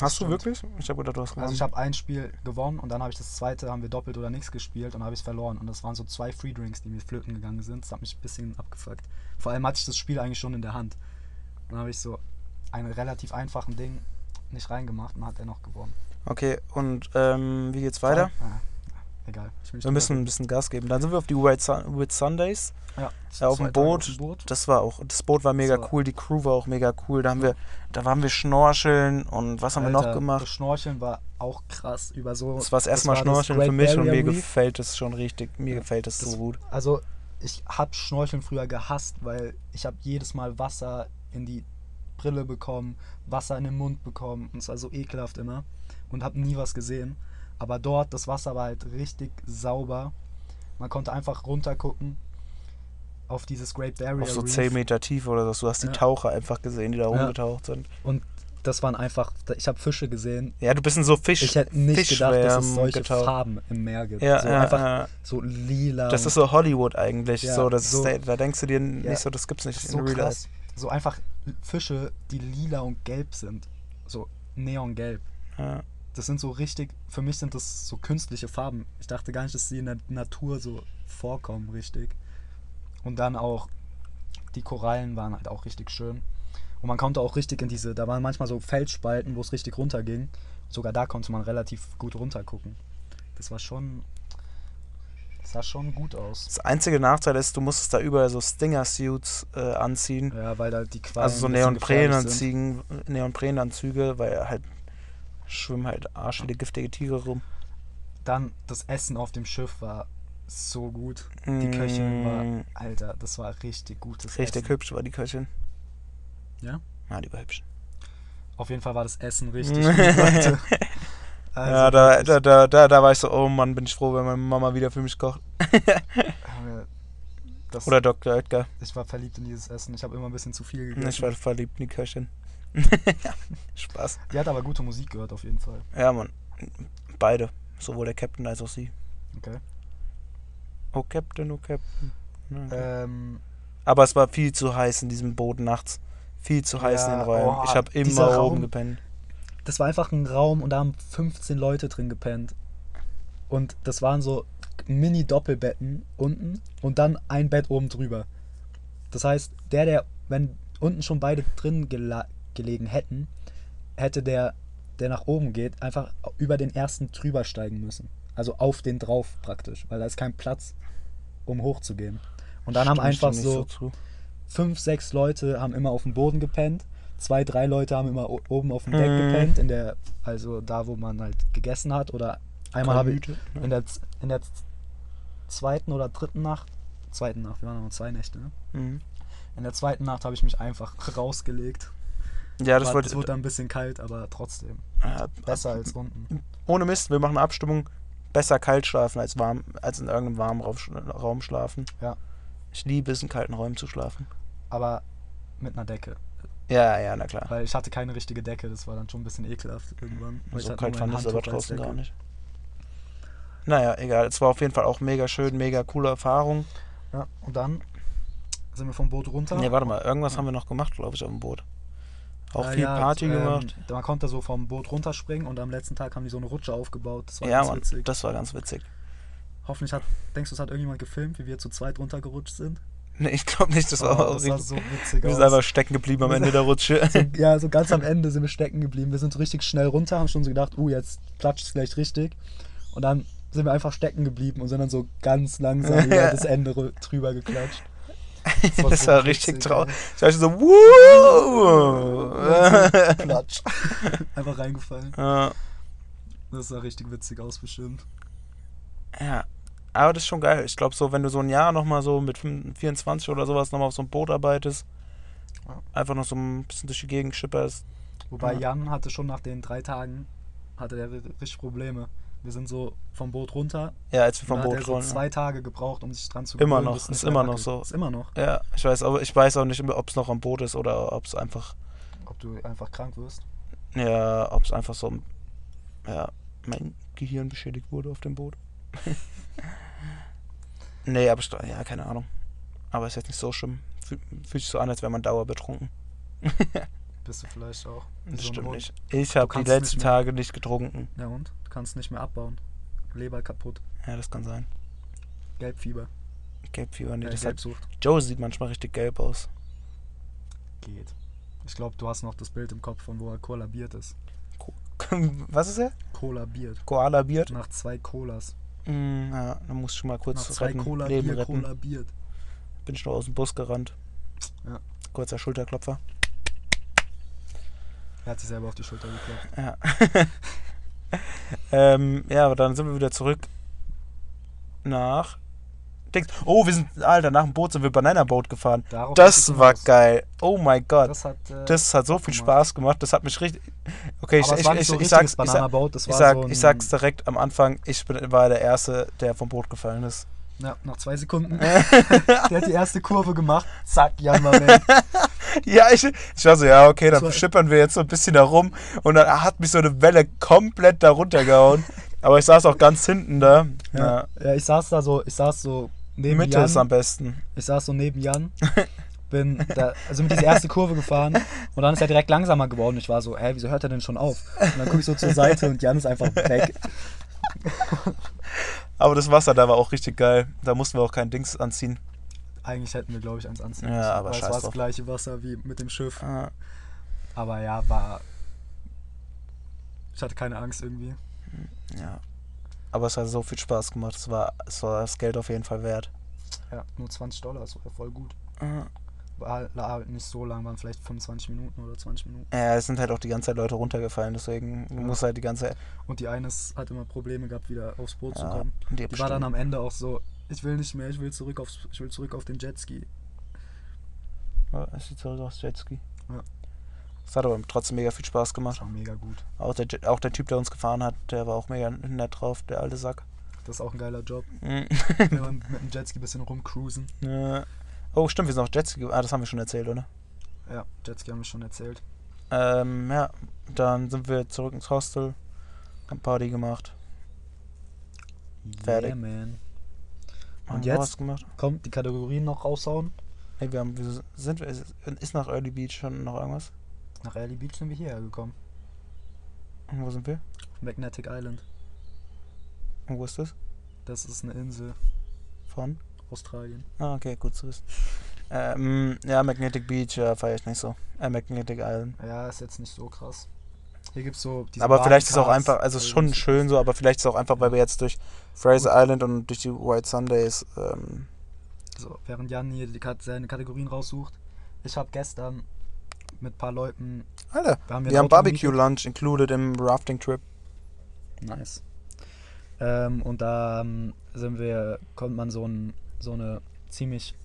[SPEAKER 3] Hast du
[SPEAKER 2] Hm, stimmt.
[SPEAKER 3] wirklich? Ich habe gedacht, du hast gewonnen.
[SPEAKER 2] Also ich habe ein Spiel gewonnen und dann habe ich das zweite, haben wir doppelt oder nichts gespielt und habe ich verloren. Und das waren so zwei Free Drinks, die mir flöten gegangen sind. Das hat mich ein bisschen abgefuckt. Vor allem hatte ich das Spiel eigentlich schon in der Hand. Und dann habe ich so ein relativ einfachen Ding nicht reingemacht und hat er noch gewonnen.
[SPEAKER 3] okay, und ähm, wie geht's weiter?
[SPEAKER 2] Ah, egal. Ich will nicht
[SPEAKER 3] Wir müssen ein bisschen Gas geben. Dann sind wir auf die White Sun White Sundays.
[SPEAKER 2] ja,
[SPEAKER 3] ja, auf dem
[SPEAKER 2] zwei Tage
[SPEAKER 3] Boot.
[SPEAKER 2] auf dem Boot.
[SPEAKER 3] Das war auch, das Boot war mega
[SPEAKER 2] Das war-
[SPEAKER 3] cool, die Crew war auch mega cool. Da haben wir, da waren wir schnorcheln und was haben wir noch
[SPEAKER 2] Alter, Das
[SPEAKER 3] gemacht?
[SPEAKER 2] Schnorcheln war auch krass. Über so.
[SPEAKER 3] Das war das erste Mal
[SPEAKER 2] war das
[SPEAKER 3] Schnorcheln für
[SPEAKER 2] Great
[SPEAKER 3] mich und
[SPEAKER 2] Barrier
[SPEAKER 3] mir
[SPEAKER 2] Reef.
[SPEAKER 3] gefällt das schon richtig, mir
[SPEAKER 2] Ja,
[SPEAKER 3] gefällt das,
[SPEAKER 2] das-
[SPEAKER 3] so gut.
[SPEAKER 2] Also, ich habe Schnorcheln früher gehasst, weil ich habe jedes Mal Wasser in die Brille bekommen, Wasser in den Mund bekommen und es war so ekelhaft immer und habe nie was gesehen. Aber dort, das Wasser war halt richtig sauber. Man konnte einfach runtergucken auf dieses Great Barrier
[SPEAKER 3] Auf so
[SPEAKER 2] Reef
[SPEAKER 3] 10 Meter Tiefe oder so. Du hast die
[SPEAKER 2] Ja.
[SPEAKER 3] Taucher einfach gesehen, die da rumgetaucht sind.
[SPEAKER 2] und das waren einfach, ich habe Fische gesehen.
[SPEAKER 3] Ja, du bist in so Fisch.
[SPEAKER 2] Ich hätte nicht gedacht, dass es
[SPEAKER 3] Fischschwärmen
[SPEAKER 2] solche
[SPEAKER 3] getaucht.
[SPEAKER 2] Farben im Meer gibt.
[SPEAKER 3] Ja,
[SPEAKER 2] so
[SPEAKER 3] ja,
[SPEAKER 2] einfach
[SPEAKER 3] ja.
[SPEAKER 2] so lila.
[SPEAKER 3] Das
[SPEAKER 2] und
[SPEAKER 3] ist so Hollywood eigentlich.
[SPEAKER 2] Ja,
[SPEAKER 3] so, das ist,
[SPEAKER 2] so-
[SPEAKER 3] da, da denkst du dir nicht
[SPEAKER 2] Ja.
[SPEAKER 3] so, das gibt's nicht
[SPEAKER 2] so
[SPEAKER 3] in Real Life.
[SPEAKER 2] krass. So einfach Fische, die lila und gelb sind. So neongelb.
[SPEAKER 3] Ja.
[SPEAKER 2] Das sind so richtig, für mich sind das so künstliche Farben. Ich dachte gar nicht, dass sie in der Natur so vorkommen, richtig. Und dann auch, die Korallen waren halt auch richtig schön. Und man konnte auch richtig in diese, da waren manchmal so Felsspalten, wo es richtig runterging. Sogar da konnte man relativ gut runtergucken. Das war schon, das sah schon gut aus.
[SPEAKER 3] Das einzige Nachteil ist, du musstest da überall so Stinger-Suits äh, anziehen.
[SPEAKER 2] Ja, weil da die Quallen
[SPEAKER 3] Also so
[SPEAKER 2] ein bisschen gefährlich sind.
[SPEAKER 3] Neoprenanzüge, Neoprenanzüge, weil halt schwimmen halt Arsch viele giftige Tiere rum.
[SPEAKER 2] Dann das Essen auf dem Schiff war so gut. Die Köchin war,
[SPEAKER 3] Mm,
[SPEAKER 2] Alter, das war richtig gutes
[SPEAKER 3] richtig
[SPEAKER 2] Essen.
[SPEAKER 3] hübsch war die Köchin.
[SPEAKER 2] Ja?
[SPEAKER 3] Ja, die war hübsch.
[SPEAKER 2] Auf jeden Fall war das Essen richtig gut, Leute. Also
[SPEAKER 3] ja, da,
[SPEAKER 2] wirklich,
[SPEAKER 3] da, da, da, da war ich so, oh Mann, bin ich froh, wenn meine Mama wieder für mich kocht.
[SPEAKER 2] Junge, das,
[SPEAKER 3] Oder Dr. Oetker.
[SPEAKER 2] ich war verliebt in dieses Essen. Ich habe immer ein bisschen zu viel
[SPEAKER 3] Ich
[SPEAKER 2] gegessen.
[SPEAKER 3] war verliebt in die Köchin. Spaß.
[SPEAKER 2] Die hat aber gute Musik gehört, auf jeden Fall.
[SPEAKER 3] Ja, Mann. Beide. Sowohl der Captain als auch sie.
[SPEAKER 2] Okay.
[SPEAKER 3] Oh, Captain, oh, Captain. Na, okay.
[SPEAKER 2] Ähm,
[SPEAKER 3] Aber es war viel zu heiß in diesem Boot nachts. Viel zu heiß in den
[SPEAKER 2] Ja,
[SPEAKER 3] Räumen.
[SPEAKER 2] oh,
[SPEAKER 3] ich habe
[SPEAKER 2] dieser
[SPEAKER 3] immer oben
[SPEAKER 2] Raum.
[SPEAKER 3] gepennt.
[SPEAKER 2] das war einfach ein Raum und da haben 15 Leute drin gepennt. Und das waren so Mini-Doppelbetten unten und dann ein Bett oben drüber. Das heißt, der, der, wenn unten schon beide drin gela- gelegen hätten, hätte der, der nach oben geht, einfach über den ersten drüber steigen müssen. Also auf den drauf praktisch, weil da ist kein Platz, um hochzugehen. Und dann haben
[SPEAKER 3] Stimme ich dir
[SPEAKER 2] einfach
[SPEAKER 3] nicht
[SPEAKER 2] so
[SPEAKER 3] zu.
[SPEAKER 2] fünf, sechs Leute haben immer auf dem Boden gepennt. Zwei, drei Leute haben immer o- oben auf dem Deck
[SPEAKER 3] Mhm.
[SPEAKER 2] gepennt, in der, also da, wo man halt gegessen hat. Oder einmal habe ich
[SPEAKER 3] Kalmüte, ne?
[SPEAKER 2] in der, z- in der z- zweiten oder dritten Nacht, zweiten Nacht, wir waren noch zwei Nächte, ne?
[SPEAKER 3] Mhm.
[SPEAKER 2] In der zweiten Nacht habe ich mich einfach rausgelegt.
[SPEAKER 3] Ja, das
[SPEAKER 2] War-
[SPEAKER 3] wollte
[SPEAKER 2] es wurde dann ein bisschen kalt, aber trotzdem.
[SPEAKER 3] äh,
[SPEAKER 2] Besser als unten.
[SPEAKER 3] Ohne Mist, wir machen eine Abstimmung. Besser kalt schlafen als warm, als in irgendeinem warmen Raum, sch- Raum schlafen.
[SPEAKER 2] Ja.
[SPEAKER 3] Ich liebe es, in kalten Räumen zu schlafen.
[SPEAKER 2] Aber mit einer Decke.
[SPEAKER 3] Ja, ja, na klar.
[SPEAKER 2] Weil ich hatte keine richtige Decke, das war dann schon ein bisschen ekelhaft irgendwann. Weil ich
[SPEAKER 3] so
[SPEAKER 2] hatte
[SPEAKER 3] kalt
[SPEAKER 2] nur mein
[SPEAKER 3] fand ich es aber
[SPEAKER 2] Handtuch als
[SPEAKER 3] draußen gar
[SPEAKER 2] Decke.
[SPEAKER 3] nicht. Naja, egal. Es war auf jeden Fall auch mega schön, mega coole Erfahrung.
[SPEAKER 2] Ja, und dann sind wir vom Boot runter.
[SPEAKER 3] Ne, warte mal, irgendwas haben wir noch gemacht, glaube ich, auf dem Boot. Auch
[SPEAKER 2] Ja,
[SPEAKER 3] viel
[SPEAKER 2] ja,
[SPEAKER 3] Party
[SPEAKER 2] ähm,
[SPEAKER 3] gemacht.
[SPEAKER 2] Man konnte so vom Boot runterspringen und am letzten Tag haben die so eine Rutsche aufgebaut. Das war
[SPEAKER 3] Ja,
[SPEAKER 2] ganz
[SPEAKER 3] Mann,
[SPEAKER 2] witzig.
[SPEAKER 3] das war ganz witzig.
[SPEAKER 2] Hoffentlich hat, denkst du, es hat irgendjemand gefilmt, wie wir zu zweit runtergerutscht sind?
[SPEAKER 3] Nee, ich glaube nicht, das war
[SPEAKER 2] Oh,
[SPEAKER 3] auch
[SPEAKER 2] das
[SPEAKER 3] richtig.
[SPEAKER 2] sah so witzig
[SPEAKER 3] wir
[SPEAKER 2] aus.
[SPEAKER 3] sind einfach stecken geblieben am Ende der Rutsche.
[SPEAKER 2] so, ja, so ganz am Ende sind wir stecken geblieben. Wir sind so richtig schnell runter, haben schon so gedacht, uh, jetzt klatscht es gleich richtig. Und dann sind wir einfach stecken geblieben und sind dann so ganz langsam über das Ende rü- drüber geklatscht.
[SPEAKER 3] Das
[SPEAKER 2] so
[SPEAKER 3] war richtig
[SPEAKER 2] witzig,
[SPEAKER 3] traurig. Ich war schon so, wuh!
[SPEAKER 2] ey. Platsch. Einfach reingefallen.
[SPEAKER 3] Ja,
[SPEAKER 2] Das sah richtig witzig aus, bestimmt.
[SPEAKER 3] Ja, aber das ist schon geil. Ich glaube, so, wenn du so ein Jahr nochmal so mit 24 oder sowas nochmal auf so einem Boot arbeitest,
[SPEAKER 2] Ja.
[SPEAKER 3] einfach noch so ein bisschen durch die Gegend schipperst.
[SPEAKER 2] Wobei
[SPEAKER 3] Ja.
[SPEAKER 2] Jan hatte schon nach den drei Tagen, hatte der ri- richtig Probleme. Wir sind so vom Boot runter
[SPEAKER 3] Ja, als wir
[SPEAKER 2] Vom
[SPEAKER 3] vom
[SPEAKER 2] hat er
[SPEAKER 3] Boot
[SPEAKER 2] so
[SPEAKER 3] rollen. ne?
[SPEAKER 2] zwei Tage gebraucht, um sich dran zu
[SPEAKER 3] Immer
[SPEAKER 2] gewöhnen.
[SPEAKER 3] noch,
[SPEAKER 2] bis es
[SPEAKER 3] ist
[SPEAKER 2] nicht mehr
[SPEAKER 3] immer noch
[SPEAKER 2] wackelt.
[SPEAKER 3] so.
[SPEAKER 2] Ist immer noch,
[SPEAKER 3] Ja, ich weiß, aber ich weiß auch nicht, ob es noch am Boot ist oder ob es einfach,
[SPEAKER 2] ob du einfach krank wirst.
[SPEAKER 3] ja, ob es einfach so, ja, mein Gehirn beschädigt wurde auf dem Boot. nee, aber ich, ja, keine Ahnung. Aber ist jetzt nicht so schlimm. Fühl- Fühlt sich so an, als wäre man dauerbetrunken.
[SPEAKER 2] Bist du vielleicht auch. Wie
[SPEAKER 3] Das
[SPEAKER 2] so ein
[SPEAKER 3] stimmt
[SPEAKER 2] Hund.
[SPEAKER 3] nicht. Ich habe die
[SPEAKER 2] kannst es
[SPEAKER 3] letzten
[SPEAKER 2] nicht mehr.
[SPEAKER 3] Tage nicht getrunken.
[SPEAKER 2] Ja und? Du kannst nicht mehr abbauen. Leber kaputt.
[SPEAKER 3] Ja, das kann sein.
[SPEAKER 2] Gelbfieber.
[SPEAKER 3] Gelbfieber, nee,
[SPEAKER 2] äh,
[SPEAKER 3] das hat,
[SPEAKER 2] Gelbsucht.
[SPEAKER 3] Joe sieht manchmal richtig gelb aus.
[SPEAKER 2] Geht. Ich glaube, du hast noch das Bild im Kopf, von wo er kollabiert ist.
[SPEAKER 3] Was ist er?
[SPEAKER 2] Kollabiert.
[SPEAKER 3] Koala-Biert?
[SPEAKER 2] Nach zwei Colas.
[SPEAKER 3] Mm, ja, da muss ich schon mal
[SPEAKER 2] Nach
[SPEAKER 3] kurz
[SPEAKER 2] Mhm. zwei
[SPEAKER 3] retten,
[SPEAKER 2] Cola
[SPEAKER 3] Leben
[SPEAKER 2] Bier
[SPEAKER 3] retten.
[SPEAKER 2] kollabiert.
[SPEAKER 3] Bin ich noch aus dem Bus gerannt.
[SPEAKER 2] Ja.
[SPEAKER 3] Kurzer Schulterklopfer.
[SPEAKER 2] Er hat sich selber auf die Schulter geklopft.
[SPEAKER 3] Ja. ähm, ja, aber dann sind wir wieder zurück nach. Dings. Oh, wir sind, Alter, nach dem Boot sind wir Banana Boat gefahren.
[SPEAKER 2] Darauf wollte
[SPEAKER 3] Das
[SPEAKER 2] ich
[SPEAKER 3] war
[SPEAKER 2] hinaus.
[SPEAKER 3] geil. Oh mein Gott.
[SPEAKER 2] Oh, Das hat. Äh,
[SPEAKER 3] Das hat so viel
[SPEAKER 2] gemacht.
[SPEAKER 3] Spaß gemacht. Das hat mich richtig. Okay, ich,
[SPEAKER 2] aber es
[SPEAKER 3] ich,
[SPEAKER 2] war nicht
[SPEAKER 3] ich,
[SPEAKER 2] so
[SPEAKER 3] ich,
[SPEAKER 2] richtiges
[SPEAKER 3] sag's, ich,
[SPEAKER 2] Banana
[SPEAKER 3] sag,
[SPEAKER 2] Boat, das
[SPEAKER 3] ich,
[SPEAKER 2] war
[SPEAKER 3] sag,
[SPEAKER 2] so ein,
[SPEAKER 3] ich sag's direkt am Anfang. Ich bin, war der Erste, der vom Boot gefallen ist.
[SPEAKER 2] Ja, nach zwei Sekunden. der hat die erste Kurve gemacht. Zack, Jan war weg.
[SPEAKER 3] Ja, ich, ich war so, ja, okay,
[SPEAKER 2] Das
[SPEAKER 3] dann
[SPEAKER 2] war-
[SPEAKER 3] schippern wir jetzt so ein bisschen da rum. Und dann hat mich so eine Welle komplett da runtergehauen. Aber ich saß auch ganz hinten da. Ja.
[SPEAKER 2] Ja. ja, ich saß da so, ich saß so neben
[SPEAKER 3] Mitte
[SPEAKER 2] Jan.
[SPEAKER 3] ist am besten.
[SPEAKER 2] Ich saß so neben Jan. Bin da, also mit dieser erste Kurve gefahren und dann ist er direkt langsamer geworden. Ich war so, hä, wieso hört er denn schon auf? Und dann gucke ich so zur Seite und Jan ist einfach weg.
[SPEAKER 3] Aber das Wasser da war auch richtig geil. Da mussten wir auch kein Dings anziehen.
[SPEAKER 2] Eigentlich hätten wir, glaube ich, eins anziehen
[SPEAKER 3] Ja,
[SPEAKER 2] müssen,
[SPEAKER 3] aber
[SPEAKER 2] weil es
[SPEAKER 3] scheiß
[SPEAKER 2] war das
[SPEAKER 3] drauf.
[SPEAKER 2] gleiche Wasser wie mit dem Schiff.
[SPEAKER 3] Äh,
[SPEAKER 2] Aber ja, war. Ich hatte keine Angst irgendwie.
[SPEAKER 3] Ja. Aber es hat so viel Spaß gemacht. Es war, es war das Geld auf jeden Fall wert.
[SPEAKER 2] Ja, nur 20 Dollar, das war voll gut.
[SPEAKER 3] Äh,
[SPEAKER 2] War war nicht so lang, waren vielleicht 25 Minuten oder 20 Minuten.
[SPEAKER 3] Ja, es sind halt auch die ganze Zeit Leute runtergefallen. Deswegen du musst halt die ganze Zeit.
[SPEAKER 2] Und die eine ist- hat immer Probleme gehabt, wieder aufs Boot zu
[SPEAKER 3] Ja,
[SPEAKER 2] kommen.
[SPEAKER 3] die
[SPEAKER 2] Die war dann
[SPEAKER 3] bestimmt-
[SPEAKER 2] am Ende auch so, ich will nicht mehr, ich will zurück aufs, ich will zurück auf den Jetski.
[SPEAKER 3] Ja, Ist die zurück aufs Jetski.
[SPEAKER 2] Ja.
[SPEAKER 3] Es hat aber trotzdem mega viel Spaß
[SPEAKER 2] Das
[SPEAKER 3] gemacht.
[SPEAKER 2] war mega gut.
[SPEAKER 3] Auch der, Jet- auch der Typ, der uns gefahren hat, der war auch mega nett drauf, der alte Sack.
[SPEAKER 2] Das ist auch ein geiler Job.
[SPEAKER 3] Mhm.
[SPEAKER 2] Wenn man mit dem Jetski ein bisschen rumcruisen.
[SPEAKER 3] Ja. oh, stimmt, wir sind auf Jetski. ge- Ah, das haben wir schon erzählt, oder?
[SPEAKER 2] Ja, Jetski haben wir schon erzählt.
[SPEAKER 3] Ähm, ja, dann sind wir zurück ins Hostel, haben Party gemacht, Fertig.
[SPEAKER 2] Yeah, man. Und
[SPEAKER 3] haben
[SPEAKER 2] jetzt?
[SPEAKER 3] was gemacht.
[SPEAKER 2] Kommt, die Kategorien noch raushauen.
[SPEAKER 3] Hey, wir haben, wir sind wir, ist ist nach Early Beach schon noch irgendwas?
[SPEAKER 2] Nach Early Beach sind wir hierher gekommen.
[SPEAKER 3] Und wo sind wir?
[SPEAKER 2] Magnetic Island.
[SPEAKER 3] Und wo ist das?
[SPEAKER 2] Das ist eine Insel,
[SPEAKER 3] Von?
[SPEAKER 2] Australien.
[SPEAKER 3] Ah, okay, gut zu wissen. Ähm, ja, Magnetic Beach, ja, feier ich nicht so. Äh, Magnetic Island.
[SPEAKER 2] Ja, ist jetzt nicht so krass. Hier gibt's so diese
[SPEAKER 3] aber vielleicht ist es auch
[SPEAKER 2] Barcars.
[SPEAKER 3] einfach, also es ist schon
[SPEAKER 2] Irgendwie so-
[SPEAKER 3] schön so, aber vielleicht ist es auch einfach, weil wir jetzt durch Fraser Island und durch die White Sundays, ähm,
[SPEAKER 2] So, während Jan hier die Kat seine Kategorien raussucht. Ich habe gestern mit ein paar Leuten.
[SPEAKER 3] Alter,
[SPEAKER 2] da haben wir
[SPEAKER 3] wir haben
[SPEAKER 2] ein Auto gemietet.
[SPEAKER 3] Barbecue Lunch included im Rafting Trip.
[SPEAKER 2] Nice. Ähm, und da ähm, sind wir, kommt man so, ein, so eine ziemlich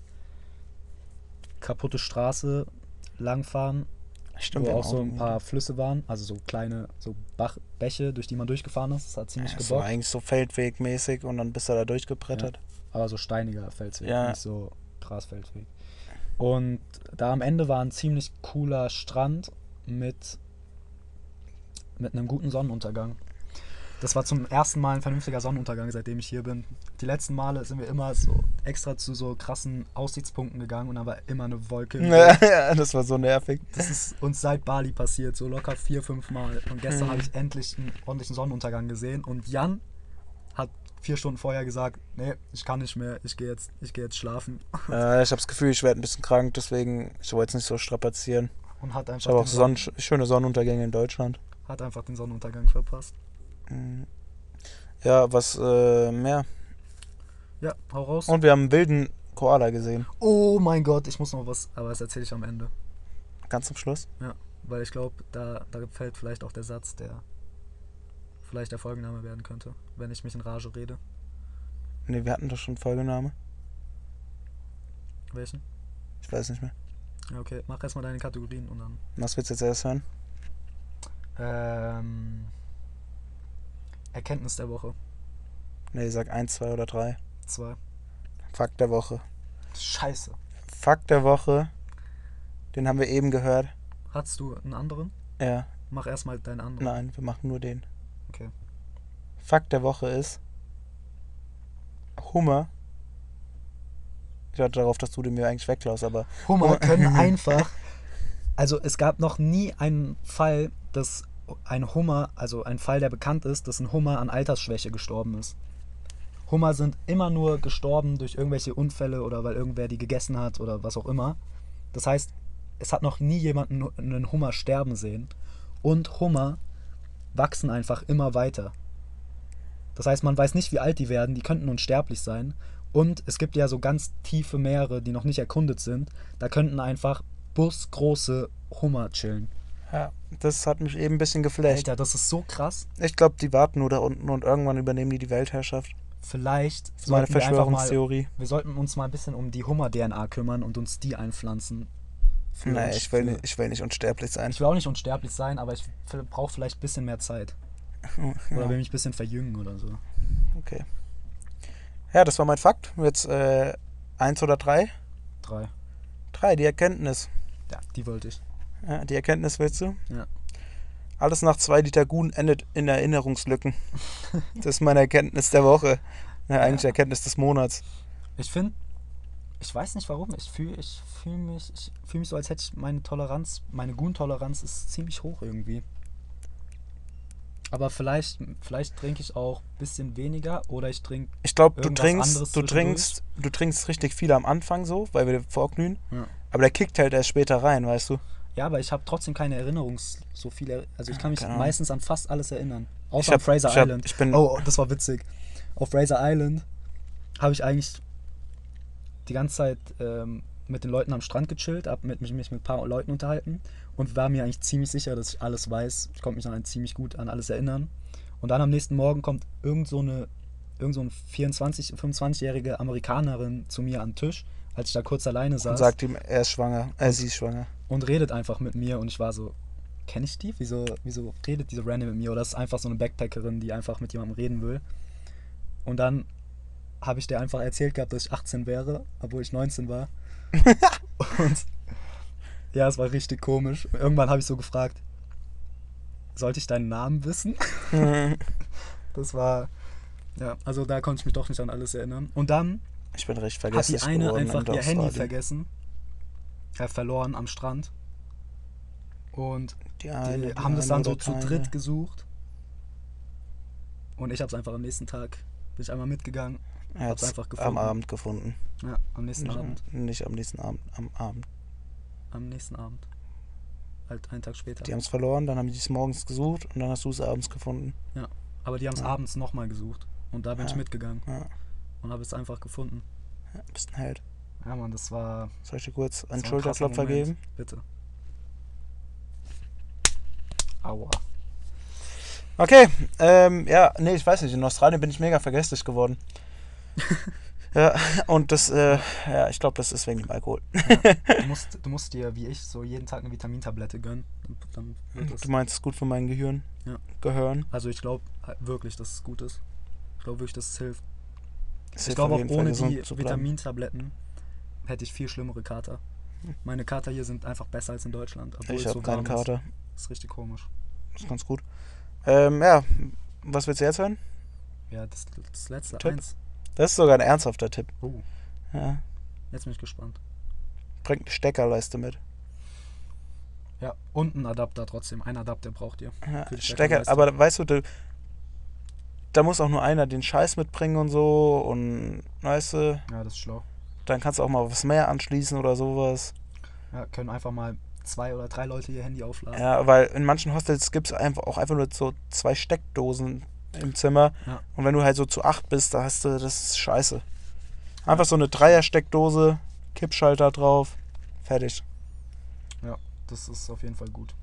[SPEAKER 2] kaputte Straße langfahren,
[SPEAKER 3] Stimmt,
[SPEAKER 2] wo
[SPEAKER 3] wir haben
[SPEAKER 2] auch so ein
[SPEAKER 3] auch-
[SPEAKER 2] paar Flüsse waren, also so kleine so Bach, Bäche, durch die man durchgefahren ist. Das hat ziemlich
[SPEAKER 3] Ja, es war
[SPEAKER 2] gebockt,
[SPEAKER 3] eigentlich so Feldwegmäßig und dann bist du da durchgebrettert.
[SPEAKER 2] aber so steiniger Felsweg,
[SPEAKER 3] Ja.
[SPEAKER 2] nicht so Grasfeldweg. Und da am Ende war ein ziemlich cooler Strand mit, mit einem guten Sonnenuntergang. Das war zum ersten Mal ein vernünftiger Sonnenuntergang, seitdem ich hier bin. Die letzten Male sind wir immer so extra zu so krassen Aussichtspunkten gegangen und da war immer eine Wolke. im Bild.
[SPEAKER 3] Ja, das war so nervig.
[SPEAKER 2] Das ist uns seit Bali passiert, so locker vier, fünf Mal. Und gestern habe ich endlich einen ordentlichen Sonnenuntergang gesehen und Jan hat vier Stunden vorher gesagt, nee, ich kann nicht mehr, ich gehe jetzt, ich geh jetzt schlafen.
[SPEAKER 3] Äh, ich habe das Gefühl, ich werde ein bisschen krank, deswegen, ich wollte es nicht so strapazieren.
[SPEAKER 2] Und hat
[SPEAKER 3] Ich
[SPEAKER 2] einfach,
[SPEAKER 3] habe auch Sonnen
[SPEAKER 2] den,
[SPEAKER 3] schöne Sonnenuntergänge in Deutschland.
[SPEAKER 2] Sonn- hat einfach den Sonnenuntergang verpasst.
[SPEAKER 3] Mhm. Ja, was äh, mehr?
[SPEAKER 2] Ja, hau raus.
[SPEAKER 3] Und wir haben einen wilden Koala gesehen.
[SPEAKER 2] oh mein Gott, ich muss noch was, aber das erzähle ich am Ende.
[SPEAKER 3] Ganz zum Schluss.
[SPEAKER 2] Weil ich glaube, da, da fällt vielleicht auch der Satz, der vielleicht der Folgenname werden könnte, wenn ich mich in Rage rede.
[SPEAKER 3] Ne, wir hatten doch schon einen Folgename.
[SPEAKER 2] Welchen?
[SPEAKER 3] Ich weiß nicht mehr.
[SPEAKER 2] Ja, okay, mach erstmal deine Kategorien und dann.
[SPEAKER 3] Was willst du jetzt erst hören?
[SPEAKER 2] Ähm, Erkenntnis der Woche.
[SPEAKER 3] Ne, sag 1, 2 oder 3.
[SPEAKER 2] Zwei.
[SPEAKER 3] Fakt der Woche.
[SPEAKER 2] Scheiße.
[SPEAKER 3] Fakt der Woche. Den haben wir eben gehört.
[SPEAKER 2] Hattest du einen anderen?
[SPEAKER 3] Ja,
[SPEAKER 2] Mach erstmal deinen anderen.
[SPEAKER 3] nein, wir machen nur den.
[SPEAKER 2] Okay.
[SPEAKER 3] Fakt der Woche ist. Hummer. Ich warte darauf, dass du den mir eigentlich wegklaust, aber
[SPEAKER 2] Hummer können einfach. Also es gab noch nie einen Fall, dass ein Hummer, also ein Fall, der bekannt ist, dass ein Hummer an Altersschwäche gestorben ist. Hummer sind immer nur gestorben durch irgendwelche Unfälle oder weil irgendwer die gegessen hat oder was auch immer. Das heißt, es hat noch nie jemanden einen Hummer sterben sehen. Und Hummer wachsen einfach immer weiter. Das heißt, man weiß nicht, wie alt die werden, die könnten unsterblich sein. Und es gibt ja so ganz tiefe Meere, die noch nicht erkundet sind. Da könnten einfach busgroße Hummer chillen.
[SPEAKER 3] ja, das hat mich eben ein bisschen geflasht.
[SPEAKER 2] Alter, das ist so krass.
[SPEAKER 3] Ich glaube, die warten nur da unten und irgendwann übernehmen die die Weltherrschaft.
[SPEAKER 2] Vielleicht
[SPEAKER 3] Das ist meine
[SPEAKER 2] sollten wir einfach mal,
[SPEAKER 3] Verschwörungstheorie.
[SPEAKER 2] wir sollten uns mal ein bisschen um die Hummer-DNA kümmern und uns die einpflanzen. Für
[SPEAKER 3] Nein,
[SPEAKER 2] uns-
[SPEAKER 3] ich will,
[SPEAKER 2] für-
[SPEAKER 3] nicht, ich will nicht unsterblich sein.
[SPEAKER 2] Ich will auch nicht unsterblich sein, aber ich brauche vielleicht ein bisschen mehr Zeit. Oder will mich ein bisschen verjüngen oder so.
[SPEAKER 3] Okay. Ja, das war mein Fakt. Jetzt äh, eins oder drei?
[SPEAKER 2] Drei.
[SPEAKER 3] Drei, die Erkenntnis.
[SPEAKER 2] Ja, die wollte ich.
[SPEAKER 3] Ja, die Erkenntnis willst du?
[SPEAKER 2] Ja.
[SPEAKER 3] Alles nach zwei Liter Gun endet in Erinnerungslücken. das ist meine Erkenntnis der Woche. Na, eigentlich Erkenntnis des Monats.
[SPEAKER 2] Ich finde, ich weiß nicht warum, ich fühle ich fühl mich, ich fühl mich so, als hätte ich meine Toleranz, meine Gun-Toleranz ist ziemlich hoch irgendwie. Aber vielleicht, vielleicht trinke ich auch ein bisschen weniger oder ich trinke.
[SPEAKER 3] Ich glaube, du
[SPEAKER 2] Irgendwas anderes
[SPEAKER 3] trinkst, du
[SPEAKER 2] zwischendurch?
[SPEAKER 3] trinkst, du trinkst richtig viel am Anfang so, weil wir vorgnühen.
[SPEAKER 2] Ja.
[SPEAKER 3] Aber der kickt halt erst später rein, weißt du?
[SPEAKER 2] Ja, aber ich habe trotzdem keine Erinnerungs. So viele. Also ich kann mich
[SPEAKER 3] Keine Ahnung.
[SPEAKER 2] meistens an fast alles erinnern. Außer
[SPEAKER 3] Ich hab-
[SPEAKER 2] an Fraser
[SPEAKER 3] ich hab-
[SPEAKER 2] Island.
[SPEAKER 3] ich bin-
[SPEAKER 2] oh, das war witzig. Auf Fraser Island habe ich eigentlich die ganze Zeit ähm, mit den Leuten am Strand gechillt, hab mit, mich, mich mit ein paar Leuten unterhalten und war mir eigentlich ziemlich sicher, dass ich alles weiß. Ich konnte mich dann ziemlich gut an alles erinnern. Und dann am nächsten Morgen kommt irgend so eine irgend so ein 24, 25-jährige Amerikanerin zu mir an den Tisch, als ich da kurz alleine saß
[SPEAKER 3] Und sagt ihm, er ist schwanger, äh, sie ist schwanger.
[SPEAKER 2] und redet einfach mit mir und ich war so, kenne ich die? Wieso, wieso redet diese Random mit mir? Oder das ist einfach so eine Backpackerin, die einfach mit jemandem reden will. Und dann habe ich der einfach erzählt gehabt, dass ich 18 wäre, obwohl ich 19 war. und ja, es war richtig komisch. Irgendwann habe ich so gefragt, sollte ich deinen Namen wissen? das war, ja, also da konnte ich mich doch nicht an alles erinnern. Und dann
[SPEAKER 3] Ich bin recht
[SPEAKER 2] hat die
[SPEAKER 3] vergesslich
[SPEAKER 2] eine
[SPEAKER 3] geworden
[SPEAKER 2] einfach
[SPEAKER 3] in
[SPEAKER 2] ihr Handy
[SPEAKER 3] Australien.
[SPEAKER 2] vergessen. Äh, verloren am Strand. Und
[SPEAKER 3] Die
[SPEAKER 2] die
[SPEAKER 3] eine, die
[SPEAKER 2] haben das
[SPEAKER 3] eine
[SPEAKER 2] dann so
[SPEAKER 3] oder
[SPEAKER 2] zu
[SPEAKER 3] keine.
[SPEAKER 2] dritt gesucht. Und ich hab's einfach am nächsten Tag, bin ich einmal mitgegangen.
[SPEAKER 3] Er
[SPEAKER 2] Hab's
[SPEAKER 3] hat's
[SPEAKER 2] einfach
[SPEAKER 3] am
[SPEAKER 2] gefunden.
[SPEAKER 3] Abend gefunden.
[SPEAKER 2] Ja, am nächsten
[SPEAKER 3] Nicht,
[SPEAKER 2] Abend.
[SPEAKER 3] Am, nicht am nächsten Abend, am Abend.
[SPEAKER 2] Am nächsten Abend. Halt einen Tag später.
[SPEAKER 3] Die haben es verloren, dann haben die es morgens gesucht und dann hast du es abends gefunden.
[SPEAKER 2] Aber die haben's
[SPEAKER 3] Ja.
[SPEAKER 2] abends nochmal gesucht. Und da bin ich
[SPEAKER 3] Ja.
[SPEAKER 2] mitgegangen
[SPEAKER 3] Ja,
[SPEAKER 2] und habe es einfach gefunden.
[SPEAKER 3] ja, bist ein Held.
[SPEAKER 2] Ja, Mann, das war.
[SPEAKER 3] Soll ich dir kurz einen
[SPEAKER 2] krasser
[SPEAKER 3] Schulterklopfer
[SPEAKER 2] Moment.
[SPEAKER 3] geben?
[SPEAKER 2] Bitte. Aua.
[SPEAKER 3] Okay, ähm, ja, nee, ich weiß nicht. In Australien bin ich mega vergesslich geworden. ja, und das, äh, ja, ich glaube, das ist wegen dem Alkohol.
[SPEAKER 2] Du musst, du musst dir, wie ich, so jeden Tag eine Vitamintablette gönnen. Dann, dann wird das
[SPEAKER 3] Mhm. Du meinst, es ist gut für mein Gehirn?
[SPEAKER 2] Ja.
[SPEAKER 3] Gehirn?
[SPEAKER 2] Also ich glaube wirklich, dass es gut ist. Ich glaube wirklich, dass es hilft.
[SPEAKER 3] Es
[SPEAKER 2] Ich
[SPEAKER 3] hilft auf
[SPEAKER 2] glaube auch
[SPEAKER 3] jeden Fall,
[SPEAKER 2] ohne
[SPEAKER 3] gesund
[SPEAKER 2] die
[SPEAKER 3] zu bleiben.
[SPEAKER 2] Vitamintabletten hätte ich viel schlimmere Kater. Meine Kater hier sind einfach besser als in Deutschland. Obwohl
[SPEAKER 3] Ich
[SPEAKER 2] es
[SPEAKER 3] habe
[SPEAKER 2] so
[SPEAKER 3] keinen
[SPEAKER 2] warm
[SPEAKER 3] Kater.
[SPEAKER 2] Ist. ist richtig komisch.
[SPEAKER 3] ist ganz gut. Ähm, ja, Was willst du jetzt hören?
[SPEAKER 2] Ja, das, das letzte
[SPEAKER 3] Tipp?
[SPEAKER 2] eins.
[SPEAKER 3] Das ist sogar ein ernsthafter Tipp.
[SPEAKER 2] Oh,
[SPEAKER 3] Ja.
[SPEAKER 2] jetzt bin ich gespannt.
[SPEAKER 3] Bringt eine Steckerleiste mit.
[SPEAKER 2] Ja, und ein Adapter trotzdem. Ein Adapter braucht ihr.
[SPEAKER 3] Ja,
[SPEAKER 2] Für die
[SPEAKER 3] Stecker,
[SPEAKER 2] Steckerleiste.
[SPEAKER 3] aber weißt du, du, da muss auch nur einer den Scheiß mitbringen und so und weißt du,
[SPEAKER 2] Ja, das ist schlau.
[SPEAKER 3] dann kannst du auch mal was mehr anschließen oder sowas.
[SPEAKER 2] Ja, können einfach mal zwei oder drei Leute ihr Handy aufladen.
[SPEAKER 3] Ja, weil in manchen Hostels gibt es einfach auch einfach nur so zwei Steckdosen im Zimmer.
[SPEAKER 2] Ja.
[SPEAKER 3] Und wenn du halt so zu acht bist, da hast du, das ist scheiße. Einfach so eine Dreier-Steckdose, Kippschalter drauf, fertig.
[SPEAKER 2] Das ist auf jeden Fall gut.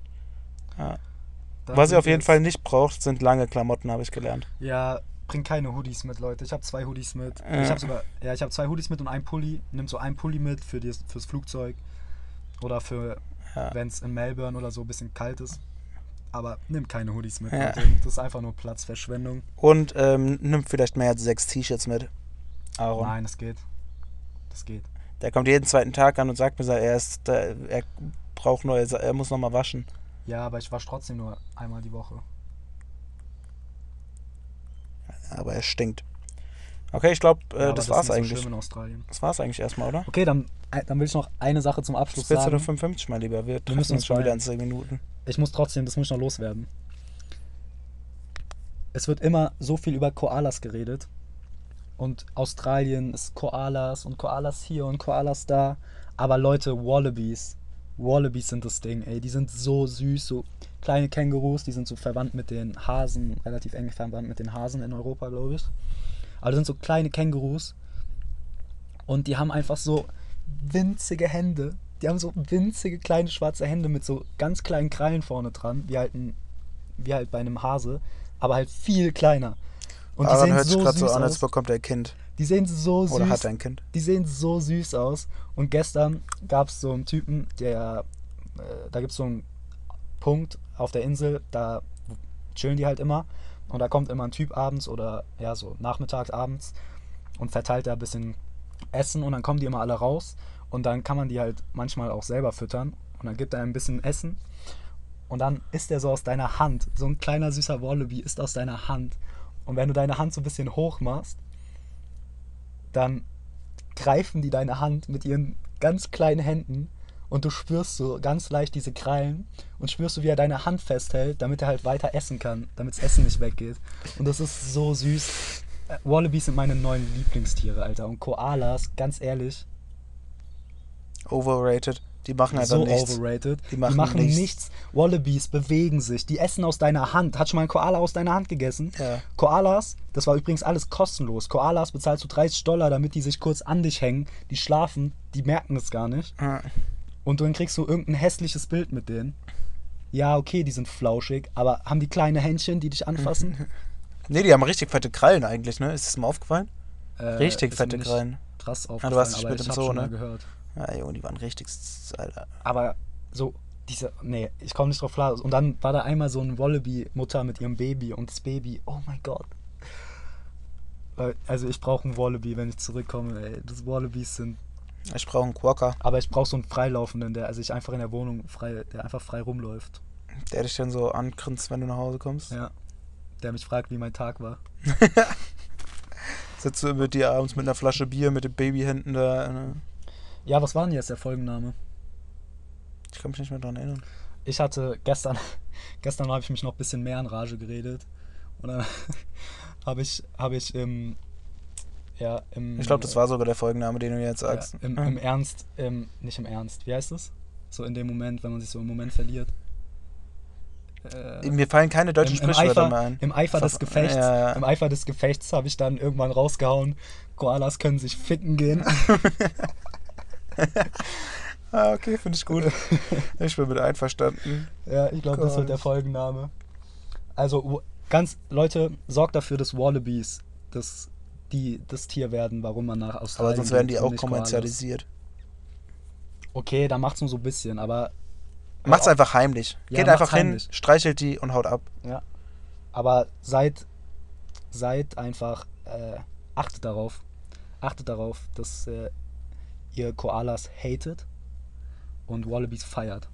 [SPEAKER 3] Ja.
[SPEAKER 2] Dann
[SPEAKER 3] was ihr
[SPEAKER 2] sind
[SPEAKER 3] auf jeden
[SPEAKER 2] wir
[SPEAKER 3] Fall
[SPEAKER 2] jetzt-
[SPEAKER 3] nicht braucht, sind lange Klamotten, habe ich gelernt.
[SPEAKER 2] Ja, bringt keine Hoodies mit, Leute. Ich habe zwei Hoodies mit.
[SPEAKER 3] Ja.
[SPEAKER 2] Ich habe sogar, ja, ich habe zwei Hoodies mit und einen Pulli. Nimm so einen Pulli mit für das fürs Flugzeug oder für,
[SPEAKER 3] Ja.
[SPEAKER 2] wenn es in Melbourne oder so ein bisschen kalt ist. Aber nimm keine Hoodies mit.
[SPEAKER 3] Ja.
[SPEAKER 2] Leute. Das ist einfach nur Platzverschwendung.
[SPEAKER 3] Und ähm, nimmt vielleicht mehr als sechs T-Shirts mit. Aaron.
[SPEAKER 2] Nein, das geht. Das geht.
[SPEAKER 3] Der kommt jeden zweiten Tag an und sagt mir, er, ist, der- er braucht neue, Sa- er muss nochmal waschen.
[SPEAKER 2] Ja, aber ich wasche trotzdem nur einmal die Woche.
[SPEAKER 3] Aber er stinkt. Okay, ich glaube, äh,
[SPEAKER 2] Ja, aber
[SPEAKER 3] das,
[SPEAKER 2] ist
[SPEAKER 3] war's
[SPEAKER 2] nicht so
[SPEAKER 3] eigentlich.
[SPEAKER 2] Schlimm in Australien.
[SPEAKER 3] das war's eigentlich erstmal, oder?
[SPEAKER 2] Okay, dann, äh, dann will ich noch eine Sache zum Abschluss
[SPEAKER 3] Das wird
[SPEAKER 2] sagen.
[SPEAKER 3] 55 mal lieber. Wir treffen
[SPEAKER 2] müssen
[SPEAKER 3] uns
[SPEAKER 2] uns
[SPEAKER 3] schon wieder
[SPEAKER 2] beeilen.
[SPEAKER 3] in 10 Minuten.
[SPEAKER 2] ich muss trotzdem, das muss ich noch loswerden. Es wird immer so viel über Koalas geredet. Und Australien ist Koalas und Koalas hier und Koalas da. Aber Leute, Wallabies. Wallabies sind das Ding, ey. Die sind so süß, so kleine Kängurus. Die sind so verwandt mit den Hasen, relativ eng verwandt mit den Hasen in Europa, glaube ich. Aber das sind so kleine Kängurus. Und die haben einfach so winzige Hände. Die haben so winzige kleine schwarze Hände mit so ganz kleinen Krallen vorne dran, wie halt, ein, wie halt bei einem Hase, aber halt viel kleiner. Und die
[SPEAKER 3] Aaron
[SPEAKER 2] sehen
[SPEAKER 3] hört sich
[SPEAKER 2] so
[SPEAKER 3] gerade
[SPEAKER 2] süß
[SPEAKER 3] so an, als
[SPEAKER 2] aus.
[SPEAKER 3] bekommt er ein Kind.
[SPEAKER 2] Die sehen so süß.
[SPEAKER 3] Oder hat ein Kind.
[SPEAKER 2] Die sehen so süß aus. Und gestern gab es so einen Typen, der. Äh, da gibt es so einen Punkt auf der Insel, da chillen die halt immer. Und da kommt immer ein Typ abends oder ja, so nachmittags, abends und verteilt da ein bisschen Essen. Und dann kommen die immer alle raus. Und dann kann man die halt manchmal auch selber füttern. Und dann gibt er ein bisschen Essen. Und dann isst er so aus deiner Hand. So ein kleiner süßer Wallaby isst aus deiner Hand. Und wenn du deine Hand so ein bisschen hoch machst, dann greifen die deine Hand mit ihren ganz kleinen Händen und du spürst so ganz leicht diese Krallen und spürst du, wie er deine Hand festhält, damit er halt weiter essen kann, damit das Essen nicht weggeht. Und das ist so süß. Äh, Wallabies sind meine neuen Lieblingstiere, Alter. Und Koalas, ganz ehrlich,
[SPEAKER 3] Overrated. Die machen einfach
[SPEAKER 2] so
[SPEAKER 3] nichts.
[SPEAKER 2] overrated.
[SPEAKER 3] Die machen nichts.
[SPEAKER 2] nichts. Wallabies bewegen sich, die essen aus deiner Hand. Hat schon mal ein Koala aus deiner Hand gegessen?
[SPEAKER 3] Ja.
[SPEAKER 2] Koalas, das war übrigens alles kostenlos. Koalas bezahlst du 30 Dollar, damit die sich kurz an dich hängen. Die schlafen, die merken es gar nicht.
[SPEAKER 3] Ja.
[SPEAKER 2] Und dann kriegst du irgendein hässliches Bild mit denen. Ja, okay, die sind flauschig, aber haben die kleine Händchen, die dich anfassen?
[SPEAKER 3] Nee, die haben richtig fette Krallen eigentlich, ne? Ist das mal aufgefallen?
[SPEAKER 2] Äh,
[SPEAKER 3] Richtig
[SPEAKER 2] ist mir
[SPEAKER 3] fette
[SPEAKER 2] nicht
[SPEAKER 3] Krallen.
[SPEAKER 2] Krass
[SPEAKER 3] hast
[SPEAKER 2] aufgefallen,
[SPEAKER 3] dich
[SPEAKER 2] aber
[SPEAKER 3] mit
[SPEAKER 2] ich
[SPEAKER 3] dem
[SPEAKER 2] hab's
[SPEAKER 3] Zoo,
[SPEAKER 2] schon mal
[SPEAKER 3] ne?
[SPEAKER 2] gehört.
[SPEAKER 3] Ja, Junge, die waren richtig. s- Alter.
[SPEAKER 2] Aber so, diese, nee, ich komme nicht drauf klar. Und dann war da einmal so ein Wallaby-Mutter mit ihrem Baby und das Baby, oh mein Gott. Äh, Also ich brauche ein Wallaby, wenn ich zurückkomme, ey. Das Wallabies sind
[SPEAKER 3] Ich brauche einen Quokka,
[SPEAKER 2] Aber ich brauche so einen Freilaufenden, der sich einfach in der Wohnung frei, der einfach frei rumläuft.
[SPEAKER 3] der dich dann so angrinst, wenn du nach Hause kommst.
[SPEAKER 2] Ja. Der mich fragt, wie mein Tag war.
[SPEAKER 3] Sitzt du mit dir abends mit einer Flasche Bier, mit den Babyhänden da. Ne?
[SPEAKER 2] Ja, was war denn jetzt der Folgenname?
[SPEAKER 3] Ich kann mich nicht mehr dran erinnern.
[SPEAKER 2] Ich hatte gestern, gestern habe ich mich noch ein bisschen mehr in Rage geredet. Und dann habe ich, habe ich im, ja, im.
[SPEAKER 3] Ich glaube, das war Ah. sogar der Folgenname, den du jetzt
[SPEAKER 2] ja,
[SPEAKER 3] sagst.
[SPEAKER 2] im, im Ernst, im, nicht im Ernst. Wie heißt das? So in dem Moment, wenn man sich so im Moment verliert. Äh,
[SPEAKER 3] Mir fallen keine deutschen
[SPEAKER 2] im, im,
[SPEAKER 3] Sprichwörter
[SPEAKER 2] Eifer,
[SPEAKER 3] mehr ein.
[SPEAKER 2] im Eifer des
[SPEAKER 3] Ver-
[SPEAKER 2] Gefechts,
[SPEAKER 3] Ja, ja.
[SPEAKER 2] im Eifer des Gefechts habe ich dann irgendwann rausgehauen, Koalas können sich ficken gehen.
[SPEAKER 3] Ah, okay, finde ich gut. ich bin mit einverstanden.
[SPEAKER 2] ja, ich glaube, das wird der
[SPEAKER 3] Koalas.
[SPEAKER 2] Folgenname. Also wo- ganz Leute, sorgt dafür, dass Wallabies das die das Tier werden, warum man nach Australien
[SPEAKER 3] Aber sonst werden die
[SPEAKER 2] geht und
[SPEAKER 3] auch
[SPEAKER 2] nicht Koalas.
[SPEAKER 3] kommerzialisiert.
[SPEAKER 2] Okay, dann macht's nur so ein bisschen, aber
[SPEAKER 3] Macht's einfach heimlich.
[SPEAKER 2] Ja,
[SPEAKER 3] Geht
[SPEAKER 2] macht's
[SPEAKER 3] einfach hin,
[SPEAKER 2] heimlich.
[SPEAKER 3] streichelt die und haut ab.
[SPEAKER 2] aber seid seid einfach äh, achtet darauf. Achtet darauf, dass äh, ihr Koalas hatet und Wallabies feiert,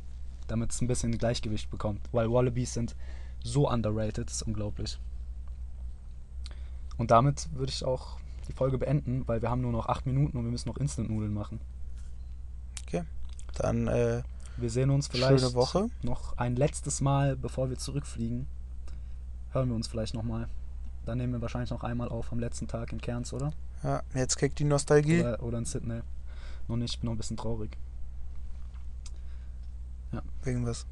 [SPEAKER 2] damit es ein bisschen Gleichgewicht bekommt, weil Wallabies sind so underrated, das ist unglaublich. Und damit würde ich auch die Folge beenden, weil wir haben nur noch acht Minuten und wir müssen noch Instant-Nudeln machen.
[SPEAKER 3] Okay. Dann äh,
[SPEAKER 2] Wir sehen uns vielleicht
[SPEAKER 3] schöne Woche.
[SPEAKER 2] noch ein letztes Mal, bevor wir zurückfliegen. Hören wir uns vielleicht nochmal. Dann nehmen wir wahrscheinlich noch einmal auf am letzten Tag in Cairns, oder?
[SPEAKER 3] Ja, jetzt kickt die Nostalgie.
[SPEAKER 2] Oder, oder in Sydney. Noch nicht, ich bin noch ein bisschen traurig.
[SPEAKER 3] Wegen was?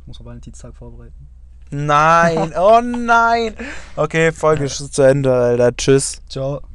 [SPEAKER 2] Ich muss auf Valentinstag vorbereiten.
[SPEAKER 3] Nein, oh nein. Okay, Folge ist zu Ende, Alter. Tschüss.
[SPEAKER 2] Ciao.